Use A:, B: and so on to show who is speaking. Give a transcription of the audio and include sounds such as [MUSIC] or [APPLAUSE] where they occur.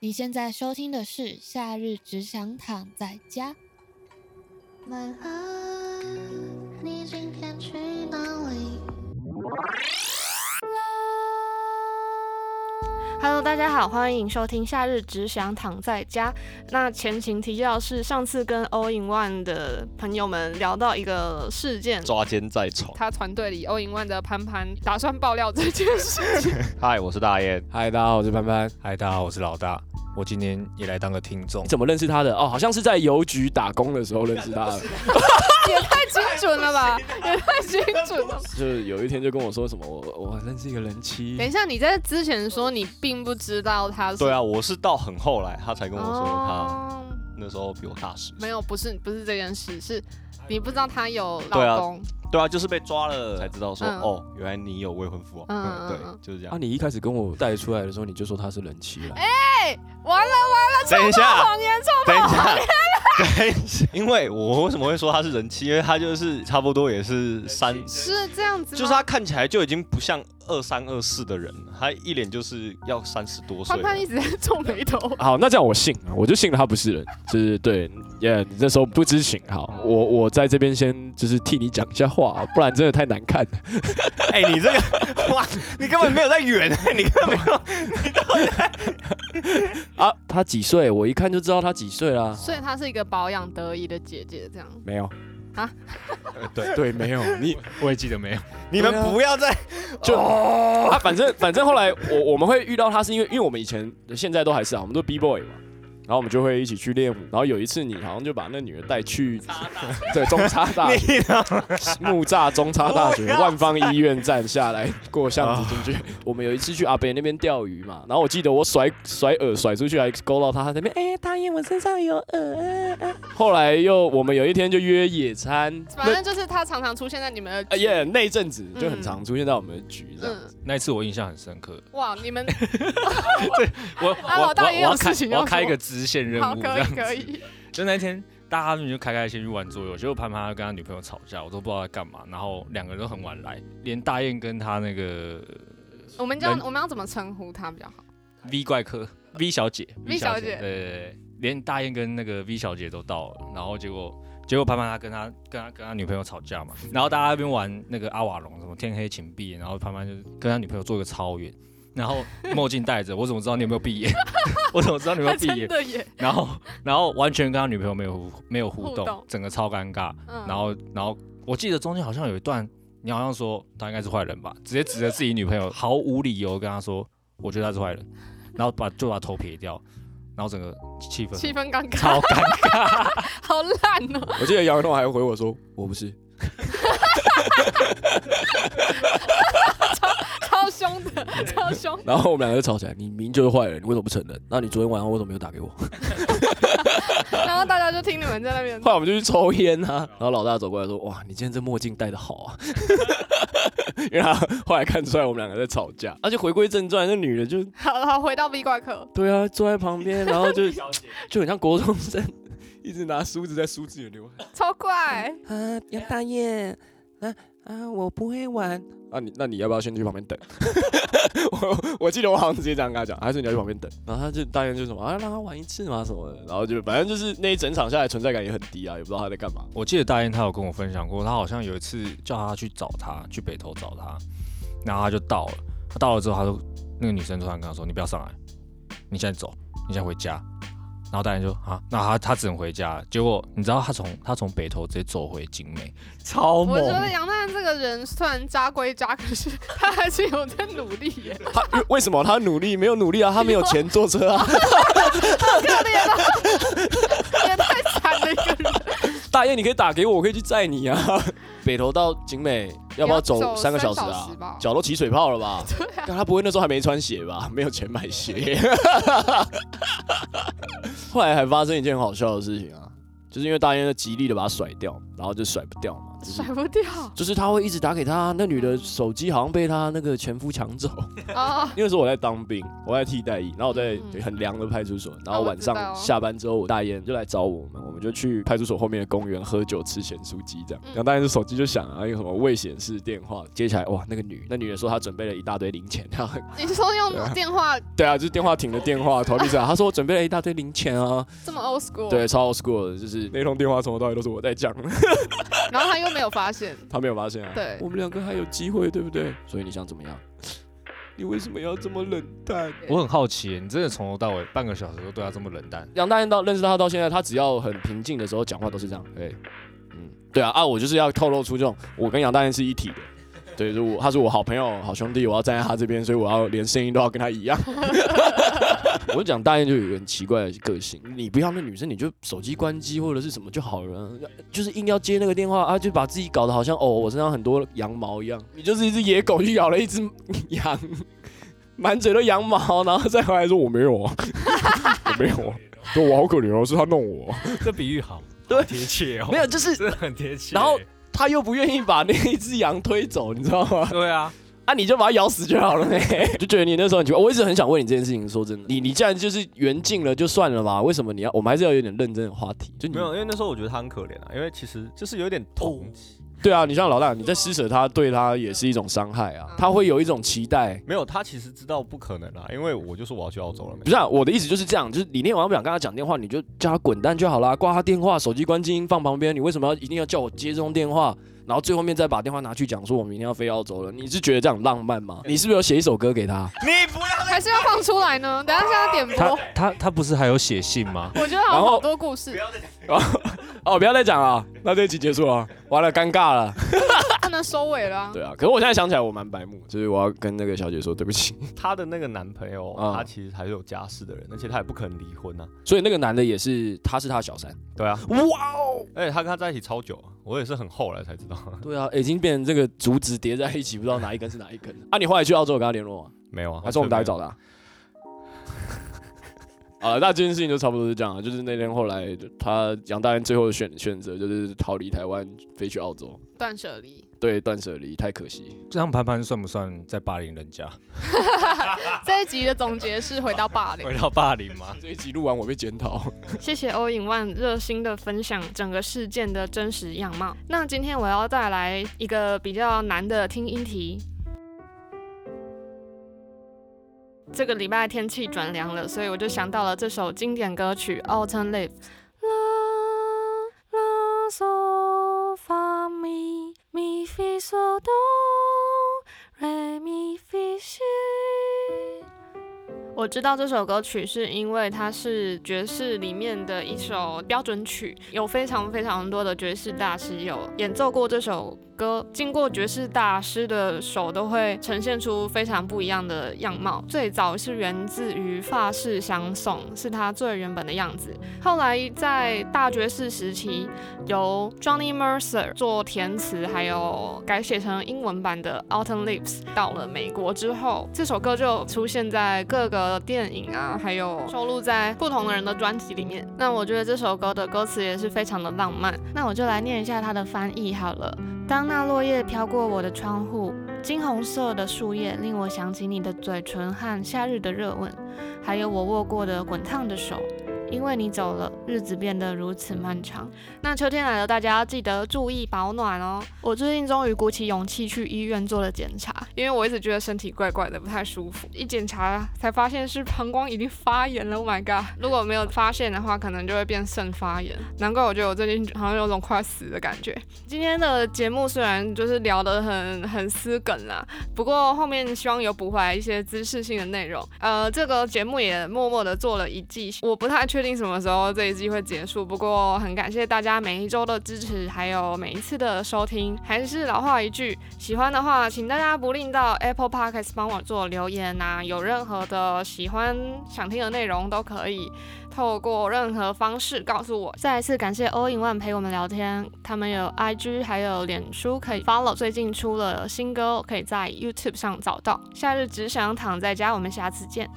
A: 你现在收听的是《夏日只想躺在家》。
B: My love，你今天去哪里？
C: Hello，大家好，欢迎收听《夏日只想躺在家》。那前情提要是，上次跟 All in One 的朋友们聊到一个事件，
D: 抓奸在床。
E: 他团队里欧银万的潘潘打算爆料这件事。
D: 嗨，我是大雁。
F: [LAUGHS] 嗨，大家好，我是潘潘。嗨，大家好，我是老大。我今天也来当个听众
G: 你。怎么认识他的？哦，好像是在邮局打工的时候认识他的， [LAUGHS]
E: 也太精准了
D: [LAUGHS]
E: 吧，
D: 啊
E: 也太精准了。
G: 就是有一天就跟我说什么，我我认识一个人妻
E: 等，一下，你在之前说你并不知道他是
D: 对啊，我是到很后来他才跟我说他
E: 哦，
D: 那时候比我大十。
E: 没有，不是不是这件事，是你不知道他有
D: 对啊
E: 老公。
D: 对啊，就是被抓了才知道说
E: 嗯
D: 哦，原来你有未婚夫哦。
E: 嗯嗯嗯
D: 嗯，对
E: 嗯，
D: 就是这
G: 啊，
D: 样。
G: 你一开始跟我带出来的时候，你就说他是人妻了。
E: 哎完了完了，
D: 等一下
E: 超谎言超
D: 等一下，等一下，因为我为什么会说他是人妻？因为他就是差不多也是三，
E: 是这样子吗。
D: 就是他看起来就已经不像二三二四的人了，他一脸就是要三十多岁
E: 潘
D: 了。
E: 潘一直在皱眉头。
G: 好，那这样我信，我就信了他不是人，就是对，耶、你这时候不知情。好，
E: 嗯
G: 我我在这边先就是替你讲一下话，不然真的太难看了。
D: 哎，你这个 [LAUGHS] 哇，你根本没有在远，你根本没
F: [LAUGHS]
D: 有。
G: 啊，他几岁？我一看就知道他几岁啦。
E: 所以她是一个保养得宜的姐姐，这样。
G: 没有
E: 啊？
G: 呃对对，没有你
F: 我也记得没有，
D: 你们
G: 对啊
D: 不要再
G: 就、啊，反正反正后来我我们会遇到他，是因为因为我们以前现在都还是啊，我们都 B boy 嘛，然后我们就会一起去练舞，然后有一次你好像就把那女的带去，对中差大学，木栅中差大学万方医院站下来过巷子进去，我们有一次去阿北那边钓鱼嘛，然后我记得我甩甩饵甩出去还勾到他那边，哎、大爷我身上有饵、啊啊后来又我们有一天就约野餐，
E: 反正就是她常常出现在你们
F: 呃
G: 哎
E: 的。
G: 耶那一阵子就很
E: 嗯
G: 常出现在我们的局这样。
E: 嗯，
F: 那一次我印象很深刻。
E: 哇，你
F: [LAUGHS]
E: 们 [LAUGHS]
F: 我我
E: 啊老
F: 我
E: 大
F: 我
E: 也有
F: 要开
E: 事情
F: 我
E: 要
F: 要开一
E: 说
F: 个支线任
E: 好
F: 务，
E: 可
F: 这
E: 以
F: 样子
E: 可。以，
F: [LAUGHS] 就那天大家就开开心心去玩桌游，结果潘潘他跟他女朋友吵架，我都不知道在干嘛。然后两个人都很晚来，连大雁跟他那个
E: 我
F: [LAUGHS]
E: 们叫
F: 人
E: 我们要怎么称呼她比较好？
F: V 怪客 V 小姐
E: V 小姐
F: 对对对，连大雁跟那个 V 小姐都到了，然后结果结果潘潘他跟他跟他跟他女朋友吵架嘛，然后大家那边玩那个阿瓦隆什么天黑请闭眼，然后潘潘就跟他女朋友做一个超远，然后墨镜戴着，我怎么知道你有没有闭眼？ [LAUGHS] 我怎么知道你有没
E: 她
F: 有闭
E: 真
F: 眼？
E: 的
F: [LAUGHS]
E: 耶，
F: 然后然后完全跟他女朋友没有互没有互
E: 互
F: 动，
E: 动
F: 整个超尴尬。
E: 嗯
F: 然后然后我记得中间好像有一段，你好像说他应该是坏人吧，直接指着自己女朋友，毫无理由跟他说，我觉得他是坏人，然后把就把头撇掉，然后整个气氛
E: 气氛尴尬，
F: 超尴尬。
E: 好烂哦！
G: 我记得杨云栋还回我说我不是，
E: 超凶的，超凶。
G: 然后我们两个就吵起来。你明明就是坏人，你为什么不承认？那你昨天晚上为什么没有打给我？ [LAUGHS] 后
E: 然后大家就听你们在那边，
G: 来我们就去抽烟啊。然后老大走过来说：“哇，你今天这墨镜戴的好啊！” [LAUGHS] 因为他后来看出来我们两个在吵架，而且回归正传，那女的就
E: 好好回到 V 怪客，
G: 对啊，坐在旁边，然后就就很像国中生，一直拿梳子在梳自己的刘海。
E: 超怪。
G: 啊，杨大爷，啊啊，我不会玩。啊，你那你要不要先去旁边等？ [LAUGHS] 我我记得我好像直接这样跟他讲，还是你要去旁边等。然后他就大概就什么啊，让他玩一次嘛什么的，然后就反正就是那一整场下来存在感也很低啊，也不知道他在干嘛。
F: 我记得大雁他有跟我分享过，他好像有一次叫他去找他，去北投找他，然后他就到了，他到了之后，他就那个女生突然跟他说：“你不要上来，你现在走，你现在回家。”然后大雁就啊，那他他只能回家了。结果你知道他从他从北投直接走回景美，超
E: 我
F: 猛
E: 觉。得杨澜这个人虽然渣归渣，可是他还是有在努力耶，
G: 他为为什么他努力没有努力啊？他没有钱坐车啊。
E: 可怜啊，也太惨了一个人。
G: 大雁，你可以打给我，我可以去载你啊。 [LAUGHS] 北投到景美要不要
E: 你要
G: 走
E: 走
G: 三个小时
E: 三小时吧
G: 啊？脚都起水泡了吧？
E: [LAUGHS] 对啊，
G: 但他不会那时候还没穿
E: [LAUGHS]
G: 鞋吧？没有钱买鞋。后来还发生一件很好笑的事情啊，就是因为大雁就极力的把它甩掉，然后就甩不掉嘛，就是
E: 甩不掉
G: 就是他会一直打给他，那女的手机好像被他那个前夫抢走。
E: 哦，
G: 因为那时候我在当兵，我在替代役，然后我在
C: 嗯
G: 很凉的派出所，然后
E: 我
G: 晚
E: 知道
G: 上下班之后，我大雁就来找我们，我们就去派出所后面的公园喝酒吃咸酥鸡这样。然后大雁的手机就响了，然后有什么未显示电话，接起来哇，那个女，那女的说她准备了一大堆零钱， [LAUGHS] 然后
E: 你是说
G: 对啊
E: 用电话
G: 对啊，就是电话亭的电话投币站，她说我准备了一大堆零钱啊，
E: 这么 old school，
G: [LAUGHS] 对，，超 old school 的，就是那通电话从头到尾都是我在讲， [LAUGHS]
E: 然后他又没有发现，
G: 她没有发现啊。
E: 对
G: 我们两个还有机会，对不对？所以你想怎 [LAUGHS] 么样？你为什么要这么冷淡？
F: 我很好奇耶，你真的从头到尾半个小时都对他这么冷淡？
G: 杨大燕到认识他到现在，他只要很平静的时候讲话都是这样，哎、嗯，对啊啊，我就是要透露出这种，我跟杨大燕是一体 [LAUGHS] 的，对，就我他是我好朋友、好兄弟，我要站在他这边，所以我要连声音都要跟他一样。我就讲大雁就有一个很奇怪的个性，你不要那女生，你就手机关机或者是什么就好了啊，就是硬要接那个电话啊，就把自己搞得好像哦，我身上很多羊毛一样，你就是一只野狗去咬了一只羊， [LAUGHS] 满嘴都羊毛，然后再回来说我没有啊， [LAUGHS] 我没有啊， [LAUGHS] 说我好可怜哦，是他弄我，
F: [LAUGHS] 这比喻好，
G: 对
F: 好贴切哦，
G: [LAUGHS] 没有，就是
F: 真的很贴切。
G: 然后他又不愿意把那一只羊推走，你知道吗？
F: 对啊，
G: [LAUGHS] 啊，你就把它咬死就好了呗。 [LAUGHS] 就觉得你那时候很奇怪，我一直很想问你这件事情。说真的，你你既然就是缘尽了就算了吧，为什么你要？我们还是要有点认真的话题。就你
D: 没有，因为那时候我觉得他很可怜啊，因为其实就是有点同情。
G: 对啊，你像老大，你在施舍他，对他也是一种伤害啊。他会有一种期待。
D: 没有，他其实知道不可能啊，因为我就说我要去澳洲了没
G: 不。是、啊、我的意思就是这样，就是你那天晚上不想跟他讲电话，你就叫他滚蛋就好啦，挂他电话，手机关静音放旁边。你为什么要一定要叫我接这通电话？然后最后面再把电话拿去讲说，我明天要飞澳洲了。你是觉得这样很浪漫 [LAUGHS] 吗？你是不是有写一首歌给他？
D: 你不要
E: 还是要放出来呢？等一下现在点
F: 他
E: 播，
F: 他他不是还有写信吗？
E: 我觉得好像
G: 然后
E: 好多故事，
G: 哦，不要再讲了，那这一集结束了，完了，尴尬了。
E: 不能收尾了啊。
G: 对啊，可是我现在想起来，我蛮白目，就是我要跟那个小姐说对不起。
D: 他的那个男朋友，
G: 嗯
D: 他其实还是有家室的人，而且他也不可能离婚啊。
G: [LAUGHS] 所以那个男的也是，他是他的小三。
D: 对啊，
G: 哇哦！
D: 而且他跟他在一起超久啊，我也是很后来才知道。 [LAUGHS]
G: 对啊，已经变成这个竹子叠在一起，不知道哪一根是哪一根。啊，你后来去澳洲有跟他联络吗？
D: 没有啊，
G: 还是我们打去
D: 完
G: 找 [LAUGHS] 他？啊，那这件事情就差不多是这样了。就是那天后来就他杨大人最后的选选择就是逃离台湾，飞去澳洲。
E: 断舍离，
G: 对，断舍离太可惜。
F: 这样潘潘算不算在霸凌人家？
E: 这一集的总结是回到霸凌。
F: 回到霸凌吗？
G: 这一集录完我被检讨。
C: 谢谢欧影万热心的分享整个事件的真实样貌。那今天我要带来一个比较难的听音题。这个礼拜天气转凉了，所以我就想到了这首经典歌曲《Autumn Leaves》。La la so fa mi mi fi so do re mi fi si。我知道这首歌曲是因为它是爵士里面的一首标准曲，有非常非常多的爵士大师有演奏过这首歌，经过爵士大师的手都会呈现出非常不一样的样貌。最早是源自于法式相送，是它最原本的样子。后来在大爵士时期，由 Johnny Mercer 做填词，还有改写成英文版的《Autumn Leaves》。到了美国之后，这首歌就出现在各个电影啊，还有收录在不同的人的专辑里面。那我觉得这首歌的歌词也是非常的浪漫。那我就来念一下它的翻译好了。当那落叶飘过我的窗户，金红色的树叶令我想起你的嘴唇和夏日的热吻，还有我握过的滚烫的手。因为你走了，日子变得如此漫长。那秋天来了，大家要记得注意保暖哦。我最近终于鼓起勇气去医院做了检查，因为我一直觉得身体怪怪的，不太舒服。一检查才发现是膀胱已经发炎了，Oh my god！如果没有发现的话，可能就会变肾发炎。难怪我觉得我最近好像有种快死的感觉。今天的节目虽然就是聊得很很私梗啦，不过后面希望有补回来一些知识性的内容。呃，这个节目也默默的做了一季，我不太确定什么时候这一季会结束，不过很感谢大家每一周的支持，还有每一次的收听。还是老话一句，喜欢的话，请大家不吝到 Apple Podcast 帮我做留言呐、有任何的喜欢想听的内容都可以。透过任何方式告诉我。再一次感谢 All in One 陪我们聊天，他们有 IG 还有脸书可以 follow，最近出了新歌，可以在 YouTube 上找到。夏日只想躺在家，我们下次见。